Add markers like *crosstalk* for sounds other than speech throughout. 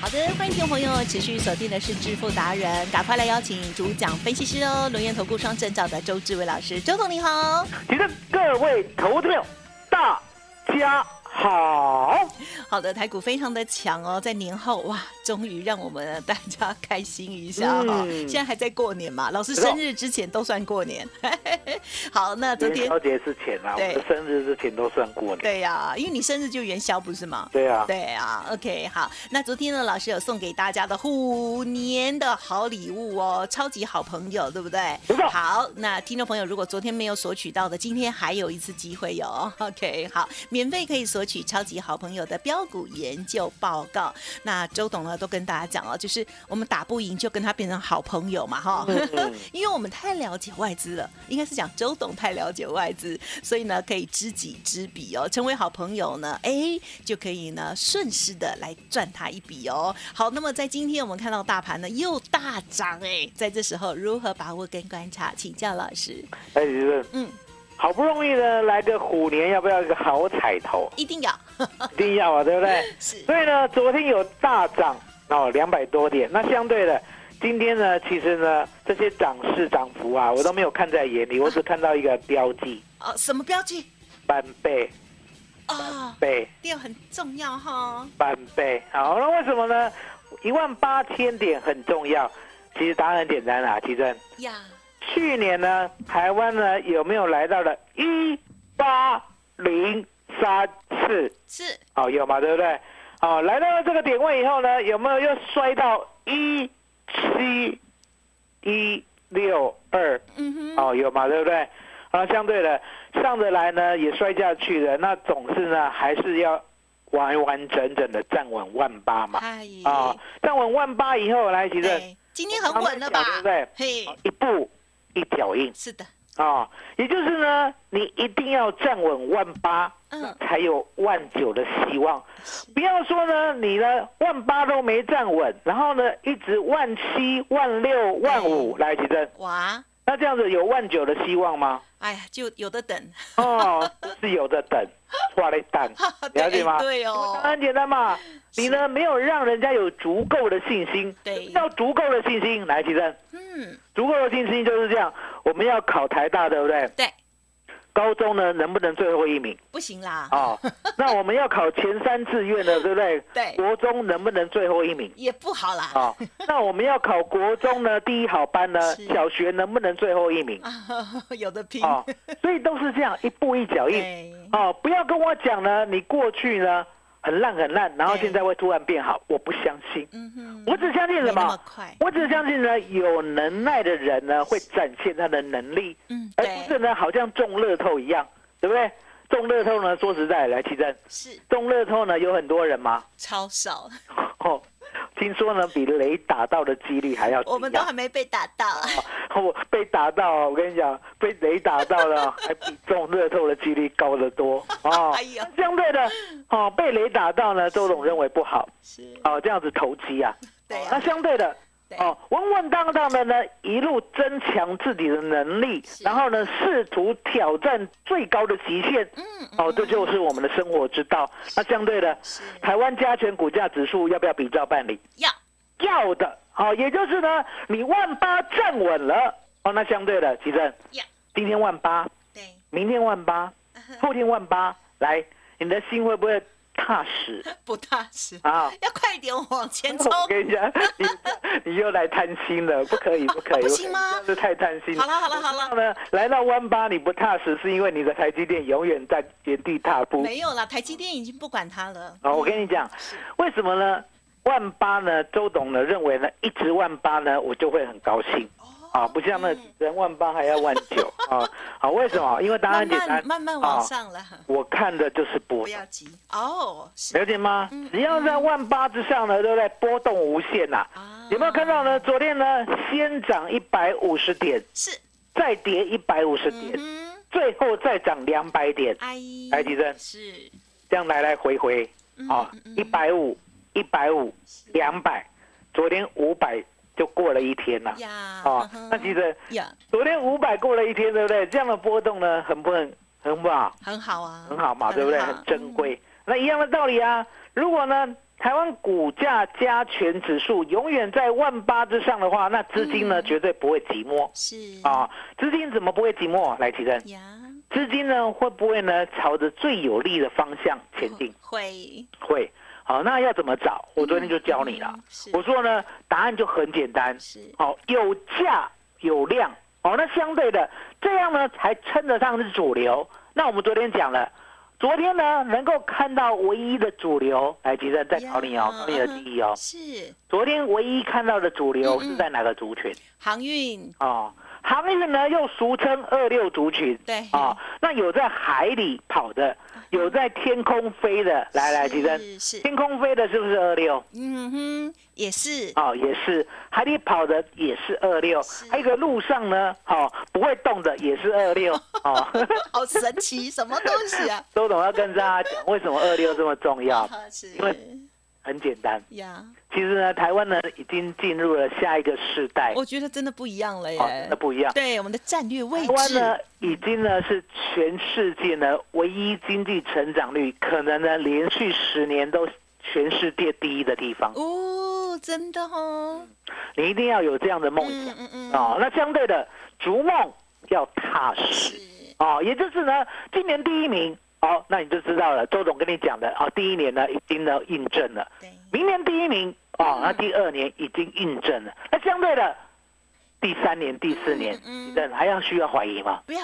好的，欢迎听众朋友持续锁定的是致富达人，赶快来邀请主讲分析师哦，轮源投顾双证照的周志伟老师，周董你好。请问各位投资朋友，大家好。好的，台股非常的强哦，在年后哇，终于让我们大家开心一下哈、嗯现在还在过年嘛，老师没错生日之前都算过年。 *laughs* 好，那昨天元宵节之前啊，我对们生日之前都算过年。对呀、因为你生日就元宵不是吗？对啊，对啊，OK，好，那昨天呢，老师有送给大家的虎年的好礼物哦，超级好朋友，对不对没？错好，那听众朋友如果昨天没有索取到的，今天还有一次机会哟、OK，好， *laughs* 免费可以索取超级好朋友的标股研究报告。那周董呢，都跟大家讲哦，就是我们打不赢就跟他变成好朋友嘛，哈、嗯因为我们太了解外资了，应该是讲周董太了解外资，所以呢可以知己知彼哦，成为好朋友呢，哎就可以呢顺势的来赚他一笔哦。好，那么在今天我们看到大盘呢又大涨哎，在这时候如何把握跟观察，请教老师。哎，主任，嗯，好不容易呢来个虎年，要不要一个好彩 *laughs* 头？一定要一定要啊，对不对？ *laughs* 是所以呢，昨天有大涨哦，两百多点。那相对的，今天呢，其实呢，这些涨势涨幅啊，我都没有看在眼里，我只看到一个标记，哦，什么标记翻倍，哦，倍。调很重要哈、哦，翻倍。好，那为什么呢？一万八千点很重要。其实答案很简单啊，其实呀，去年呢，台湾呢有没有来到了一八零三四？是哦，有嘛，对不对？哦，来到了这个点位以后呢，有没有又摔到一七一六二？嗯哼，哦，有嘛，对不对？啊，相对的上得来呢，也摔下去了，那总是呢还是要完完整整的站稳万八嘛。哎啊、站稳万八以后来，其实对，今天很稳了吧？对不对哦嘿，一步一脚印是的，啊、也就是呢，你一定要站稳万八，嗯，才有万九的希望。是不要说呢，你呢万八都没站稳，然后呢一直万七、万六、万嗯五来提升，哇。那这样子有万九的希望吗？哎呀，就有的等， *laughs* 哦，是有的等，花了蛋，了解吗？对当哦，然简单嘛，你呢没有让人家有足够的信心，对要足够的信心来提升。嗯，足够的信心就是这样。我们要考台大，对不对？对，高中呢，能不能最后一名不行啦，啊？哦那我们要考前三志愿的，对不对？对，国中能不能最后一名也不好啦，啊？那我们要考国中呢，第一好班呢是，小学能不能最后一名啊， *laughs* 有的拼， *laughs* 啊？所以都是这样一步一脚印对，哦。不要跟我讲呢，你过去呢很烂很烂，然后对现在会突然变好，我不相信。嗯哼，我只相信没什那么么？快，我只相信呢，有能耐的人呢会展现他的能力，嗯，而不对，是呢好像中乐透一样，对不对？中乐透呢，说实在来，奇珍，是中乐透呢有很多人吗？超少， *laughs* 哦，听说呢比雷打到的几率还要 *laughs* 低啊我们都还没被打到，啊我被打到啊，我跟你讲，被雷打到 *laughs* 了，还比中乐透的几率高得多哦哎呦。相对的，哦，被雷打到呢，周董认为不好， *laughs* 是，哦，这样子投机啊。对那啊，相对的，对哦，稳稳当当的呢，一路增强自己的能力，是然后呢，试图挑战最高的极限。嗯，哦，这就是我们的生活之道。那相对的，是台湾加权股价指数要不要比照办理？要要的，好、也就是呢，你万八站稳了，哦，那相对的，奇正呀，今天万八， *laughs* 对，明天万八，嗯后天万八，来，你的心会不会踏实不踏实， *laughs* 啊？要快点往前冲。 *laughs* 哦我跟你讲，你你又来贪心了，不可以，不可以，不行吗这是太贪心了好。了好了好然了，后呢，来到万八你不踏实，是因为你的台积电永远在原地踏步。没有啦，台积电已经不管它了。哦，我跟你讲，为什么呢？万八呢？周董呢认为呢，一直万八呢，我就会很高兴。啊，不像那嗯人万八还要万九啊！好，为什么？因为答案慢很简单嗯慢，慢慢往啊上了，我看的就是波不，要急哦。是了解吗？只要在万八之上呢，对不对？波动无限呐、啊有没有看到呢？昨天呢，先涨一百五十点，是，再跌一百五十点，嗯哼，最后再涨两百点，哎，台积电是，这样来来回回嗯啊嗯，嗯一百五、一百五、两百，昨天五百就过了一天了。呀，啊嗯哼，那其实呀，昨天五百过了一天，对不对？这样的波动呢，很不很很不好，很好啊，很好嘛，对不对？好很珍贵。那一样的道理啊，如果呢，台湾股价加权指数永远在万八之上的话，那资金呢嗯绝对不会寂寞是啊！资金怎么不会寂寞？来，提升呀，资金呢会不会呢朝着最有利的方向前进？会，会。好，那要怎么找？我昨天就教你了。嗯是我说呢，答案就很简单，是好、有价有量，哦，那相对的这样呢才称得上是主流。那我们昨天讲了，昨天呢能够看到唯一的主流，哎，其实在考你呀哦，考你的记忆哦。是昨天唯一看到的主流嗯嗯是在哪个族群？航运，哦，航运呢又俗称二六族群，对哦，那有在海里跑的，有在天空飞的，来来，其实是是，天空飞的是不是二六？嗯哼，也是哦，也是海里跑的也是二六是，还有一个路上呢，哦，不会动的也是二六，哦， *laughs* 好神奇，什么东西啊？周董要跟大家讲为什么二六这么重 *laughs* 要，是啊因为很简单，呀，其实呢，台湾呢已经进入了下一个世代，我觉得真的不一样了哦，哎真耶的，不一样。Oh, 对我们的战略位台湾呢置，已经呢是全世界呢唯一经济成长率可能呢连续十年都全世界第一的地方，哦，真的哦，你一定要有这样的梦嗯想嗯嗯，哦。那相对的，逐梦要踏实。是哦，也就是呢，今年第一名，哦，那你就知道了。周总跟你讲的，哦，第一年呢已经呢印证了，对，明年第一名，哦，那第二年已经印证了。那相对的，第三年、第四年，嗯嗯等还要需要怀疑吗？不要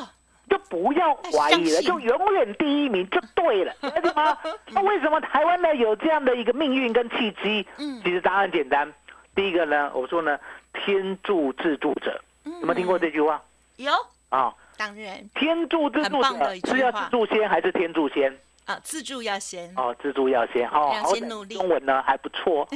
就不要怀疑了，相信就永远第一名就 *laughs* 对了，了解吗？那为什么台湾呢有这样的一个命运跟契机？嗯其实答案简单，第一个呢，我说呢，天助自助者，有没有听过这句话嗯有，啊？当然天助自嗯很助棒的一者句是要话自助先还是天助先？啊，自助要先，哦，自助要先哦，要好先歹努力中文呢还不 *laughs* 错。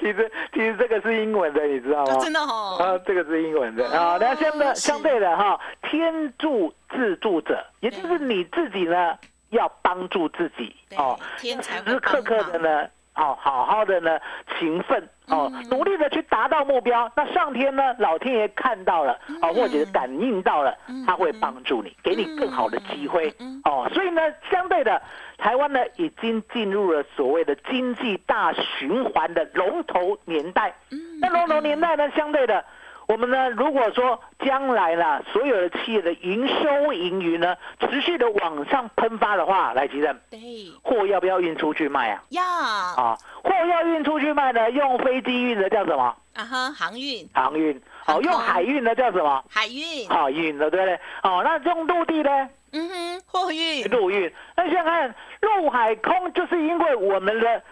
其实其实这个是英文的，你知道吗哦，？真的啊哦，，这个是英文的啊。那相对是相对的哈，天助自助者，也就是你自己呢要帮助自己对哦，，天才时会时帮刻刻的忙，嗯呢。哦，好好的呢，勤奋哦，努力的去达到目标。那上天呢，老天爷看到了嗯哦，或者是感应到了，他会帮助你，给你更好的机会嗯哦。所以呢，相对的，台湾呢已经进入了所谓的经济大循环的龙头年代。嗯那龙头年代呢，相对的。我们呢，如果说将来啦，所有的企业的营收盈余呢，持续的往上喷发的话，来，吉正，嗯对货要不要运出去卖啊？呀，啊，货要运出去卖呢，用飞机运的叫什么？啊哈，航运、航运。航哦，空用海运的叫什么？海运，海运的，对不对？哦，那用陆地呢？嗯哼，货运，陆运。那想想看，陆海空就是因为我们的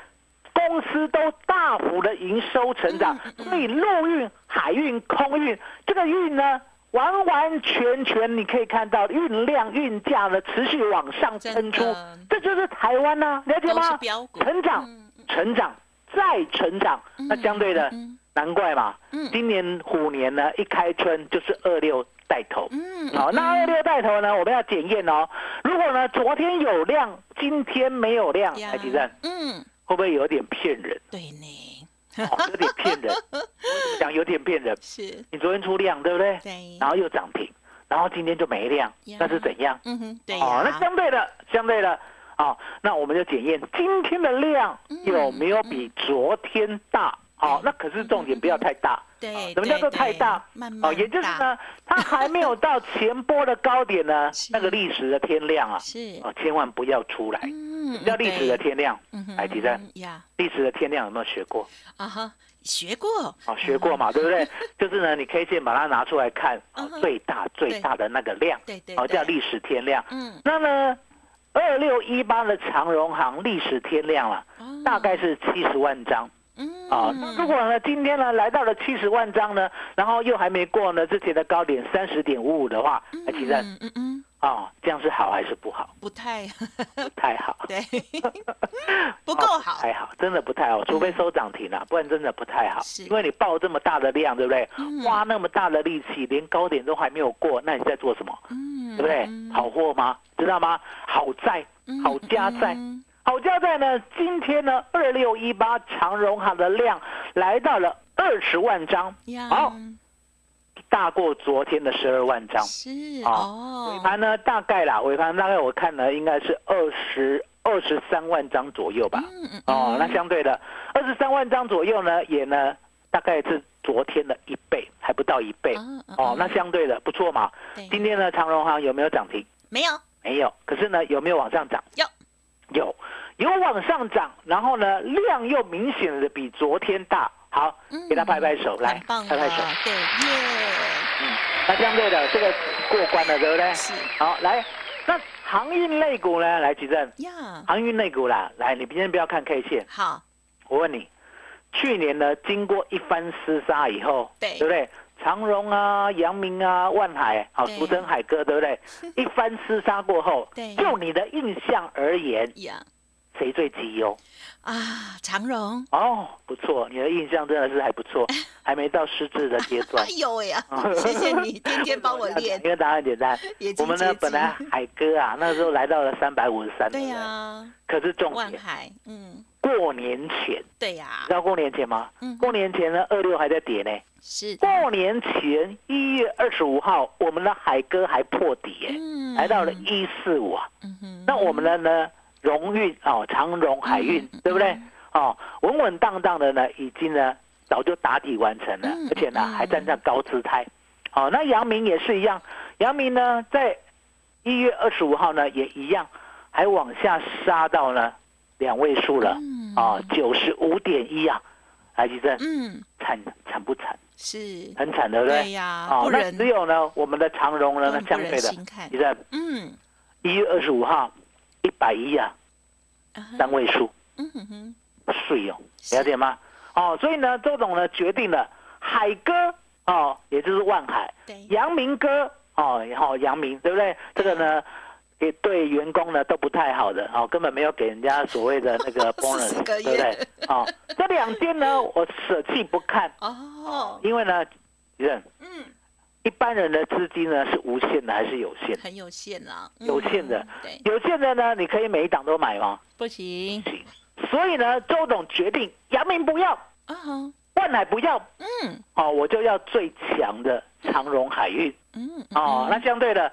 公司都大幅的营收成长，嗯所以陆运、海运、空运这个运呢，完完全全你可以看到运量、运价呢持续往上喷真出的，这就是台湾呢、了解都吗是？标股，成长嗯嗯成长再成长，那相对的，嗯难怪嘛嗯，今年虎年呢一开春就是二六带头。嗯，好，那二六带头呢，我们要检验哦。如果呢昨天有量，今天没有量，嗯哎呀台积站嗯， *laughs* 会不会有点骗人？对呢，哦有点骗人，我怎么讲有点骗人。是，你昨天出量对不对？对然后又涨停，然后今天就没量呀，那是怎样？嗯哼，对哦，那呀，相对的，相对的，哦，那我们就检验今天的量嗯有没有比昨天大。哦，那可是重点不要太大。对，哦什么叫做对太大？对慢慢哦，也就是嗯大，呢，它还没有到前波的高点 *laughs* 呢是，那个历史的天量啊，是，哦，千万不要出来。嗯叫历史的，天量，对来提升嗯哼呀，历史的天量有没有学过？啊哈，学过，哦，学嗯过 *laughs* 嘛，对不对？就是呢，你 K 线把它拿出来看，哦嗯哼，最大最大的那个量，对对，哦，对叫历史天量。嗯，那么二六一八的长荣行历史天量啊，哦大，概是七十万张嗯，啊。那如果呢今天呢来到了七十万张呢，然后又还没过呢之前的高点三十点五五的话，哎，其实嗯嗯嗯，啊，这样是好还是不好？不太太好，对，不够好，嗯太好，真的不太好，除非收涨停了、不然真的不太好。是因为你爆这么大的量，对不对？嗯花那么大的力气，连高点都还没有过，那你在做什么？嗯，对不对？嗯好货吗？知道吗？好在，好家在。嗯好家在呢，今天呢，二六一八长荣行的量来到了二十万张，呀，好大过昨天的十二万张。是啊哦，尾盘呢，大概啦，尾盘大概我看呢，应该是二十二十三万张左右吧。嗯嗯哦，那嗯相对的，二十三万张左右呢，也呢大概是昨天的一倍，还不到一倍。啊嗯啊哦啊，那相对的不错嘛。对今天呢，长荣行有没有涨停？没有，没有。可是呢，有没有往上涨？有，有，有往上涨，然后呢，量又明显的比昨天大。好，嗯给他拍拍手，来很棒啊拍的，拍手。对耶，那相对的，这个过关了，对不对？是好，来，那航运类股呢？来，吉正，呀，航运类股啦，来，你今天不要看 K 线，好，我问你，去年呢，经过一番厮杀以后，对不对？长荣啊、阳明啊、万海，好，对俗称海哥，对 *laughs* 不对？一番厮杀过后，对就你的印象而言，呀谁最绩优？啊，长荣，哦，不错，你的印象真的是还不 *laughs* 错，还没到失智的阶段哎。呦喂呀，谢谢你天天帮 *laughs* 我练，因为答案简单也，精我们接呢近本来海哥啊，那时候来到了三百五十三，对呀、可是重万点，海，嗯，过年前，你对呀、知道过年前吗？嗯过年前呢，二六还在跌呢。是的，过年前一月二十五号，我们的海哥还破底耶、嗯来到了一四五啊。嗯哼，那我们的呢，荣运哦，长荣海运，嗯对不对？哦，稳稳当当的呢，已经呢早就打底完成了，嗯而且呢嗯还站上高姿态。哦，那阳明也是一样，阳明呢在一月二十五号呢也一样，还往下杀到呢两位数了嗯，哦，九十五点一啊，来吉正嗯惨惨不惨？是，很惨，对不对？对呀哦啊不那忍只有呢，我们的长荣呢，更那不相忍对的心看，你在嗯，一月二十五号一百一啊，啊哈单位数嗯哼哼，税哦，是了解吗？哦，所以呢，周董呢决定了海哥哦，也就是万海，对，阳明哥哦，然后阳明对不对？这个嗯呢。给对员工呢都不太好的哦，根本没有给人家所谓的 *laughs* 那个 bonus， 40个对月不对？哦，这两天呢我舍弃不看，哦，因为呢，人嗯，一般人的资金呢是无限的还是有限的？很有限啦，嗯有限的对，嗯有限的呢，你可以每一档都买吗？不行行。所以呢，周董决定，阳明不要，啊哈，万海不要，嗯哦，我就要最强的长荣海运嗯嗯哦。那相对的，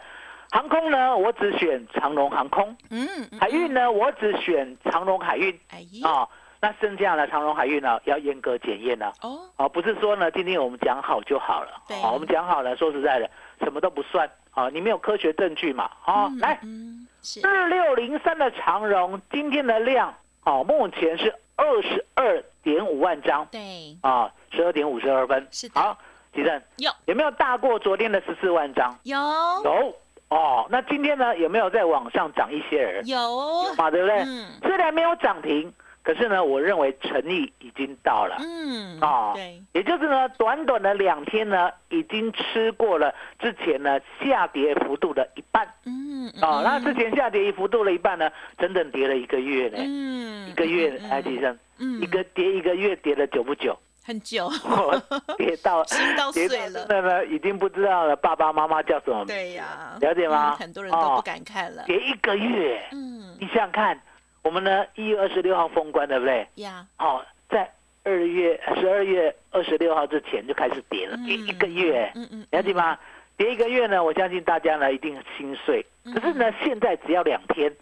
航空呢，我只选长荣航空；嗯，嗯海运呢，我只选长荣海运哎呀，哦。那剩下的长荣海运呢，要严格检验呢。哦，哦，不是说呢，今天我们讲好就好了。对哦，我们讲好了，说实在的，什么都不算。哦，你没有科学证据嘛？哦，嗯来，嗯，是，二六零三的长荣今天的量，哦，目前是二十二点五万张，对，啊，十二点五十二分。是的好，吉正有有没有大过昨天的十四万张？有有。哦，那今天呢，有没有在往上涨一些儿？有，啊，对不对？嗯虽然没有涨停，可是呢，我认为诚意已经到了。嗯，哦对，也就是呢，短短的两天呢，已经吃过了之前呢下跌幅度的一半嗯，哦。那嗯之前下跌幅度的一半呢，整整跌了一个月呢，嗯，一个月嗯哎，提，升嗯嗯一个跌一个月跌了久不久，很久， *laughs* 我跌到哦心都跌碎到了，那呢，已经不知道了爸爸妈妈叫什么名字对呀， *laughs* 了解吗嗯很多人都不哦敢看了，跌一个月，嗯你想想看，我们呢一月二十六号封关，对不对？呀，哦，在二月十二月二十六号之前就开始跌了，跌一个月，嗯嗯，了解吗？跌一个月呢，我相信大家呢一定心碎。嗯可是呢，现在只要两天，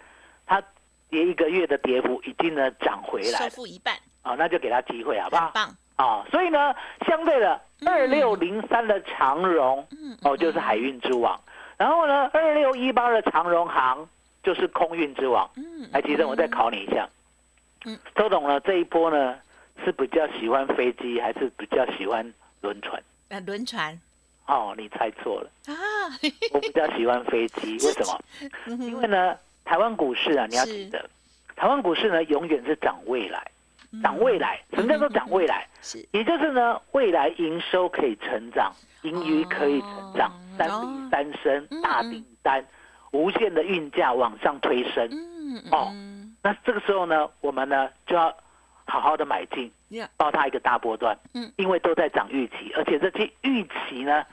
它跌一个月的跌幅已经呢涨回来收了，复一半，啊、那就给它机会好不好很？棒，啊，所以呢，相对的二六零三的长荣嗯，哦，就是海运之王，然后呢，二六一八的长荣行就是空运之王。嗯，哎，其实我再考你一下，嗯，周董呢这一波呢是比较喜欢飞机，还是比较喜欢轮船？呃轮船哦，你猜错了，啊，我比较喜欢飞 *laughs* 机，为什么？ *laughs* 因为呢，台湾股市啊，你要记得，台湾股市呢永远是涨未来，嗯涨未来，什么叫做涨未来？是也就是呢，未来营收可以成长，盈余可以成长，哦三比三升嗯，大订单，无限的运价往上推升。嗯哦嗯那这个时候呢，我们呢就要好好的买进 Yeah，报它一个大波段嗯，因为都在涨预期，而且这些预期呢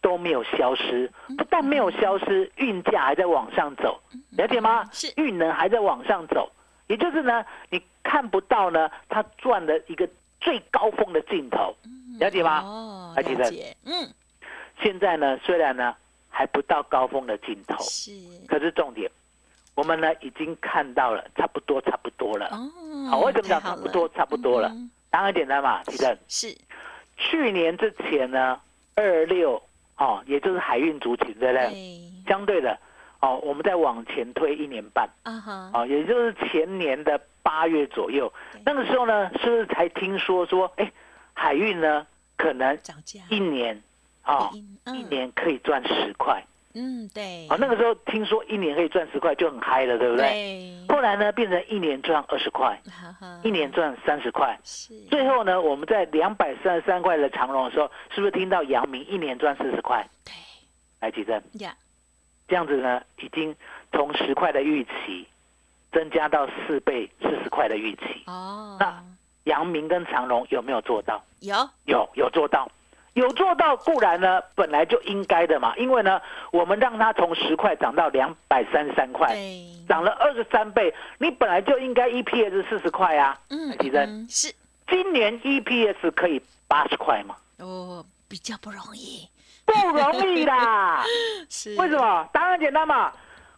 都没有消失，嗯不但没有消失，运价还在往上走，了解吗？嗯是运能还在往上走，也就是呢，你看不到呢它赚的一个最高峰的尽头，了解吗？哦，还记得了解，嗯，现在呢，虽然呢还不到高峰的尽头，是可是重点，我们呢已经看到了，差不多，差不多了。哦，好，为什么讲太好差不了多？差不多了嗯哼，当然简单嘛，其实是去年之前呢，二六哦，也就是海运族群，对不对？对相对的哦，我们再往前推一年半啊哈，哦，也就是前年的八月左右对，那个时候呢，是不是才听说说，哎，海运呢可能涨价一年哦，一一嗯年可以赚十块嗯对，哦，那个时候听说一年可以赚十块就很嗨了，对不对？对，后来呢，变成一年赚二十块，哈哈一年赚三十块。是最后呢，我们在两百三十三块的长荣的时候，是不是听到阳明一年赚四十块？对来，吉正，呀，这样子呢，已经从十块的预期增加到四倍四十块的预期。哦，那阳明跟长荣有没有做到？有有，有做到。有做到固然呢，本来就应该的嘛，因为呢，我们让它从十块涨到两百三十三块，对，涨了二十三倍，你本来就应该 EPS 四十块啊。嗯提升嗯是今年 EPS 可以八十块吗？哦，比较不容易，不容易啦。是为什？么？答案简单嘛。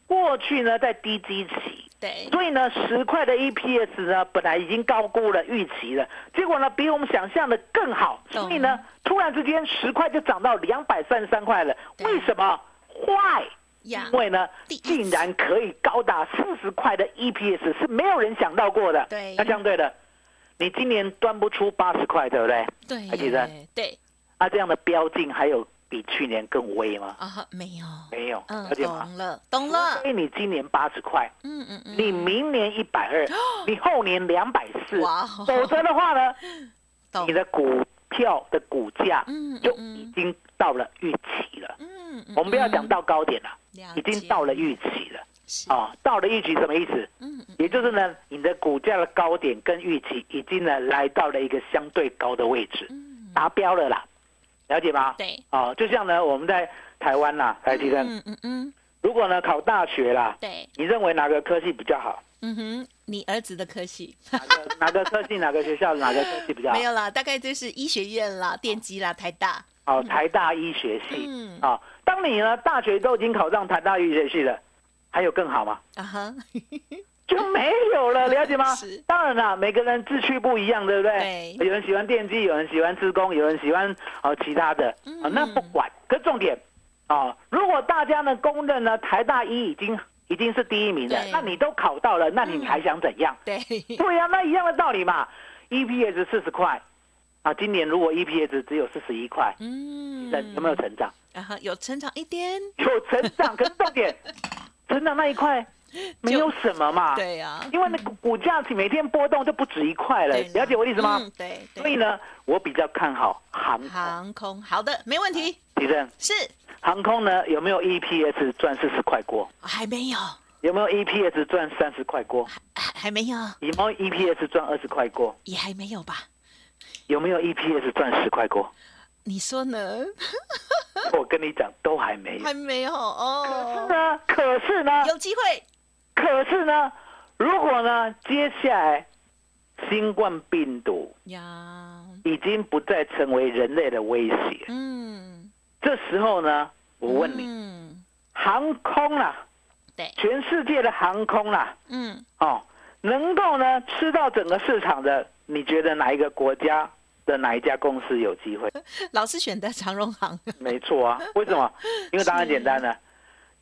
过去呢，在低基期，对，所以呢，十块的 EPS 呢，本来已经高估了预期了，结果呢，比我们想象的更好，懂所以呢，突然之间十块就涨到两百三十三块了。对为什么？坏，呀因，为呢，第一次竟然可以高达四十块的 EPS 是没有人想到过的。对那相对的，你今年端不出八十块，对不对？对还耶，记得对啊，这样的标进还有比去年更威吗？啊，没有，没有，嗯，而且吗？懂了，懂除了，非你今年八十块，嗯嗯嗯，你明年一 *gasps* 百二，你后年两百四，哇哦否则的话呢， *laughs* 懂你，的股票的股价嗯就已嗯经到了预期了。嗯，嗯我们不要讲嗯到高点了，了已经解到了预期了是啊！到了预期什么意思？嗯嗯也就是呢，你的股价的高点跟预期已经呢来到了一个相对高的位置，嗯，达标了啦，了解吗？对，啊，就像呢我们在台湾呐，台积电，嗯嗯嗯，如果呢考大学啦，对，你认为哪个科系比较好？嗯哼，你儿子的科系哪 *laughs* 个哪个科系、哪个学校、哪个科系比较好没？有啦，大概就是医学院啦、电机啦、台大，哦，台大医学系。嗯啊、当你呢大学都已经考上台大医学系了，还有更 *laughs* 好吗？啊哈，就没有 *laughs* 了，了解吗是？当然啦，每个人志趣不一样，对不对对？有人喜欢电机，有人喜欢自工，有人喜欢哦其他的，嗯啊、那不管。可重点，啊，如果大家呢公认呢台大医已经已经是第一名了对，嗯那你都考到了，那你还想怎样？对，对呀、那一样的道理嘛。EPS 四十块，啊，今年如果 EPS 只有四十一块，嗯那有没有成长？然后有成长一点， *laughs* 有成长，可是重 *laughs* 点，成长那一块没有什么嘛。对呀，因为那股股价每天波动就不止一块了，对啦了解我的意思吗？嗯对，对所以呢，我比较看好航空。航空好的，没问题，李正，是航空呢有没有 EPS 赚四十块过？还没有，有没有 EPS 赚三十块过？还还没有，有没有 EPS 赚二十块过？也还没有吧？有没有 EPS 赚十块 *laughs* 过？你说呢？我跟你讲，都还没有。还没有哦，呢，可是呢，有机会，可是呢，如果呢，接下来新冠病毒呀，已经不再成为人类的威胁。嗯，这时候呢，我问你，嗯，航空啦，对，全世界的航空啦，嗯，哦，能够呢吃到整个市场的，你觉得哪一个国家的哪一家公司有机 *laughs* 会？老师选的长荣行，没错啊，为什么？因为答案简单了，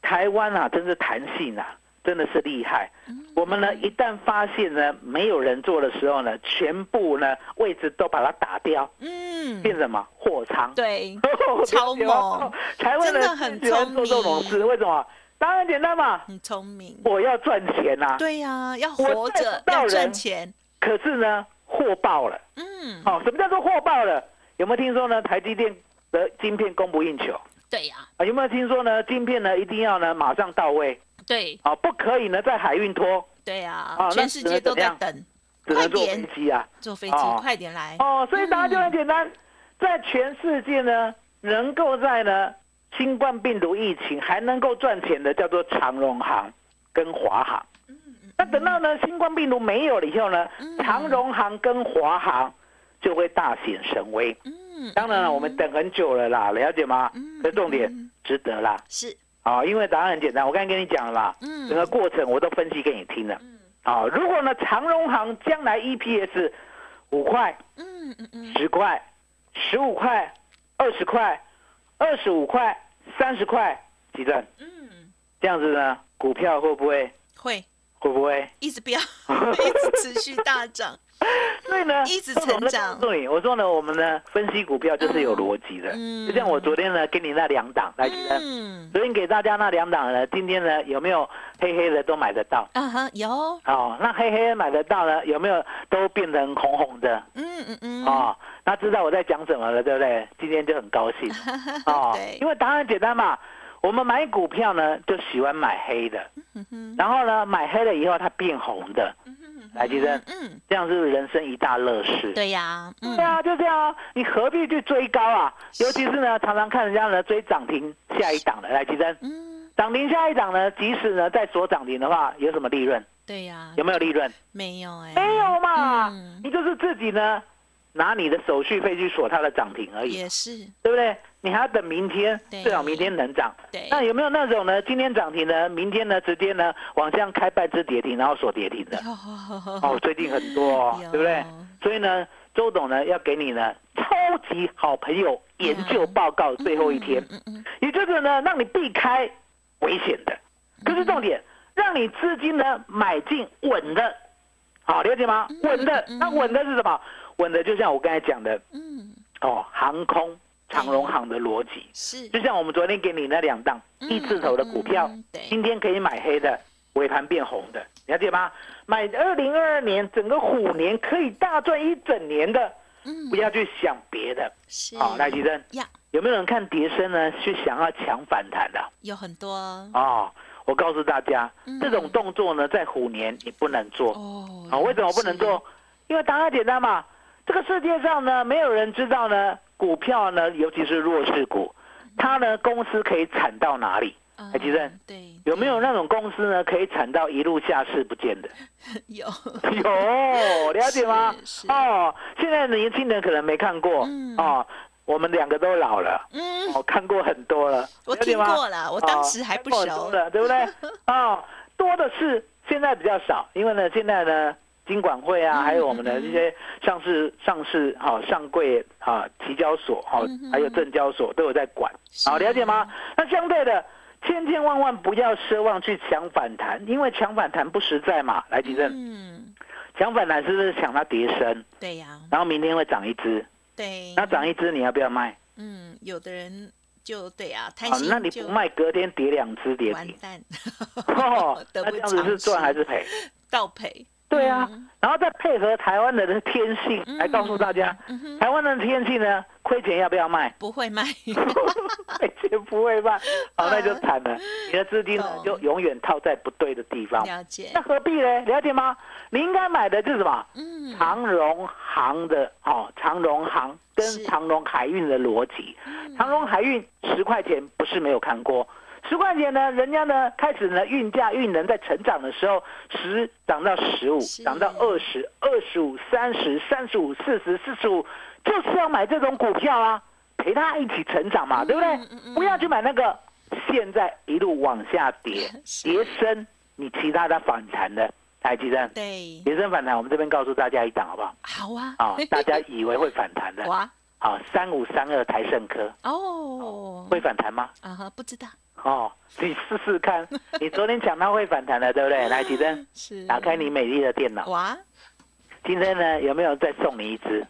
台湾啊，真是弹性啊，真的是厉害。嗯我们呢，一旦发现呢没有人做的时候呢，全部呢位置都把它打掉，嗯，变成什么货仓？ *laughs* 对，超超猛！台湾真人的很喜欢做这种聪事，为什么？当然简单嘛，很聪明，我要赚钱呐、对呀，要我活带着不，到要赚人钱，可是呢，货爆了。嗯，哦，什么叫做货爆了？有没有听说呢？台积电的晶片供不应求对呀，啊？有没有听说呢？晶片呢一定要呢马上到位对，啊，不可以呢在海运拖，对呀哦，那全世界都只能怎么在样等，只快能坐点飞机啊。坐飞机，哦快点来，哦，所以答案就很简单，在全世界呢，能够在呢新冠病毒疫情还能够赚钱的，叫做长荣航跟华航。那等到呢新冠病毒没有了以后呢，嗯长荣航跟华航就会大显神威。嗯，当然了，我们等很久了啦，了解吗嗯？这重点嗯值得啦。是，啊，因为答案很简单，我刚才跟你讲了嘛，嗯整个过程我都分析给你听了。啊，如果呢长荣行将来 EPS 五块、嗯嗯嗯，十块、十五块、二十块、二十五块、三十块，几段？嗯，这样子呢，股票会不会会会不会？一直飙，一直持续大涨，所以呢，一直成长对，我说呢，我们呢分析股票就是有逻辑的，嗯就像我昨天呢给你那两档来，几段。嗯，昨天给大家那两档呢，今天呢有没有黑黑的都买得到？啊哈，有，哦，那黑黑的买得到呢，有没有都变成红红的？嗯嗯嗯，哦，那知道我在讲什么了，对不对？今天就很高 *laughs* 兴哦对，因为答案简单嘛。我们买股票呢，就喜欢买黑的，嗯然后呢，买黑了以后它变红的，来，吉生，嗯，这样是不是人生一大乐事？对呀，嗯对，啊，就这样啊，你何必去追高啊？尤其是呢，常常看人家呢追涨停下一档的，来，吉生，嗯，涨停下一档呢，即使呢在锁涨停的话，有什么利润？对呀，有没有利润？没有嗯哎，没有嘛，嗯你就是自己呢拿你的手续费去锁它的涨停而已，也是，对不对？你还要等明天，对最好明天能涨。对，那有没有那种呢？今天涨停呢，明天呢直接呢往上开半只跌停，然后锁跌停的？有，哦，最近很多、哦有，对不对？所以呢，周董呢要给你呢超级好朋友研究报告最后一天，嗯嗯也就是呢让你避开危险的，可是重点让你资金呢买进稳的，好了解吗？稳的，那稳的是什么？稳的就像我刚才讲的嗯，哦，航空长荣航的逻辑，是，就像我们昨天给你那两档嗯一字头的股票，对，今天可以买黑的，尾盘变红的，了解吗？买二零二二年整个虎年可以大赚一整年的，嗯不，要去想别的。是，好、赖奇珍，呀，有没有人看跌升呢？去想要抢反弹的？有很多哦，我告诉大家嗯，这种动作呢，在虎年你不能做。哦啊，为什么不能？做？因为答案简单嘛，这个世界上呢，没有人知道呢，股票呢，尤其是弱势股，它呢公司可以惨到哪嗯里？哎其实对，有没有那种公司呢，可以惨到一路下市不见的？ *laughs* 有，有，了解吗是是？哦，现在的年轻人可能没看过嗯，哦，我们两个都老了。嗯，哦，看过很多了，我了解听吗过了，我当时还不哦看过熟很多，了，对 *laughs* 不对？哦，多的是，现在比较少，因为呢，现在呢，金管会嗯啊，还有我们的这些上市、上市好、哦上柜啊、提交所好、哦嗯哼还有证交所都有在管，是好、了解吗？那相对的。千千万万不要奢望去抢反弹，因为抢反弹不实在嘛。来，吉正，嗯，抢反弹是不是抢它跌升，对呀，然后明天会涨一只，对，那涨一只你要不要卖？嗯，有的人就对啊，贪好，心那你就不卖，隔天跌两只跌完停，蛋，哦，得那不嗯这样子是赚还是赔？ *laughs* 倒赔，对啊嗯，然后再配合台湾人的天性嗯来告诉大家嗯哼，？台湾人的天性呢，亏钱要不要卖 *laughs* *laughs* 不会卖，亏钱不会卖，好，那就惨 *laughs* 了，你的资金呢懂就永远套在不对的地方，了解那，何必呢？了解吗？你应该买的就是什么？嗯，长荣行的哦，长荣行是嗯跟长荣海运的逻辑，长荣海运十块钱不是没有看过，十块钱呢，人家呢开始呢运价运能在成长的时候，十涨到十五是，涨到二十二十五、三十、三十五、四十、四十五，就是要买这种股票啊，陪它一起成长嘛，对不对？嗯嗯嗯不要去买那个现在一路往下跌 *laughs* 是跌升，你其他的反弹的台积电。对，跌升反弹，我们这边告诉大家一档好 *laughs* 不好？好啊，啊，大家以为会反弹的，哇啊，三五三二台盛科哦，会反弹吗？啊哈，不知道哦， *laughs* 你试试看。你昨天讲它会反弹的，对不对？来，吉珍，是嗯打开你美丽的电脑。哇，今天呢，有没有再送你一只？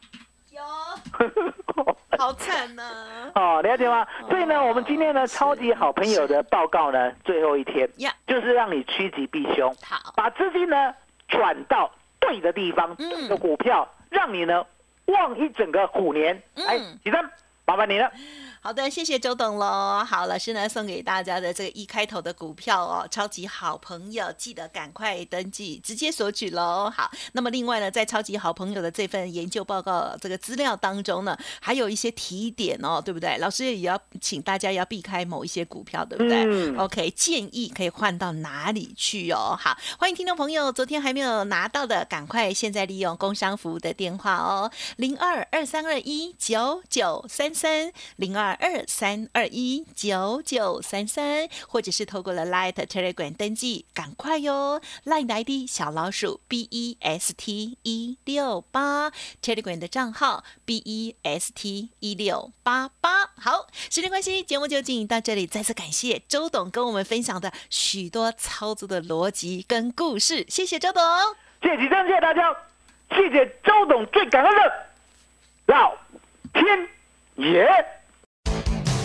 有，好惨啊 *laughs* 呐， *laughs* 哦，了解吗？所以呢，我们今天呢，是超级好朋友的报告呢，最后一天呀，就是让你趋吉避凶，好，把资金呢转到对的地方，嗯对的股票，让你呢旺一整个虎年。嗯来，吉珍，麻烦你了。好的，谢谢周董喽。好，老师呢送给大家的这个一开头的股票哦，超级好朋友，记得赶快登记，直接索取喽。好，那么另外呢，在超级好朋友的这份研究报告这个资料当中呢，还有一些提点哦，对不对？老师也要请大家要避开某一些股票，对不对？嗯 OK，建议可以换到哪里去哦？好，欢迎听众朋友，昨天还没有拿到的，赶快现在利用工商服务的电话哦，零二二三二一九九三三，零二二三二一九九三三，或者是透过了 Light Telegram 登记，赶快哟，Line 的 ID 小老鼠 B E S T 一六八，Telegram 的账号 B E S T 一六八八。好，时间关系，节目就进行到这里。再次感谢周董跟我们分享的许多操作的逻辑跟故事，谢谢周董。谢谢吉珍，谢谢大家，谢谢周董最感恩的老天爷。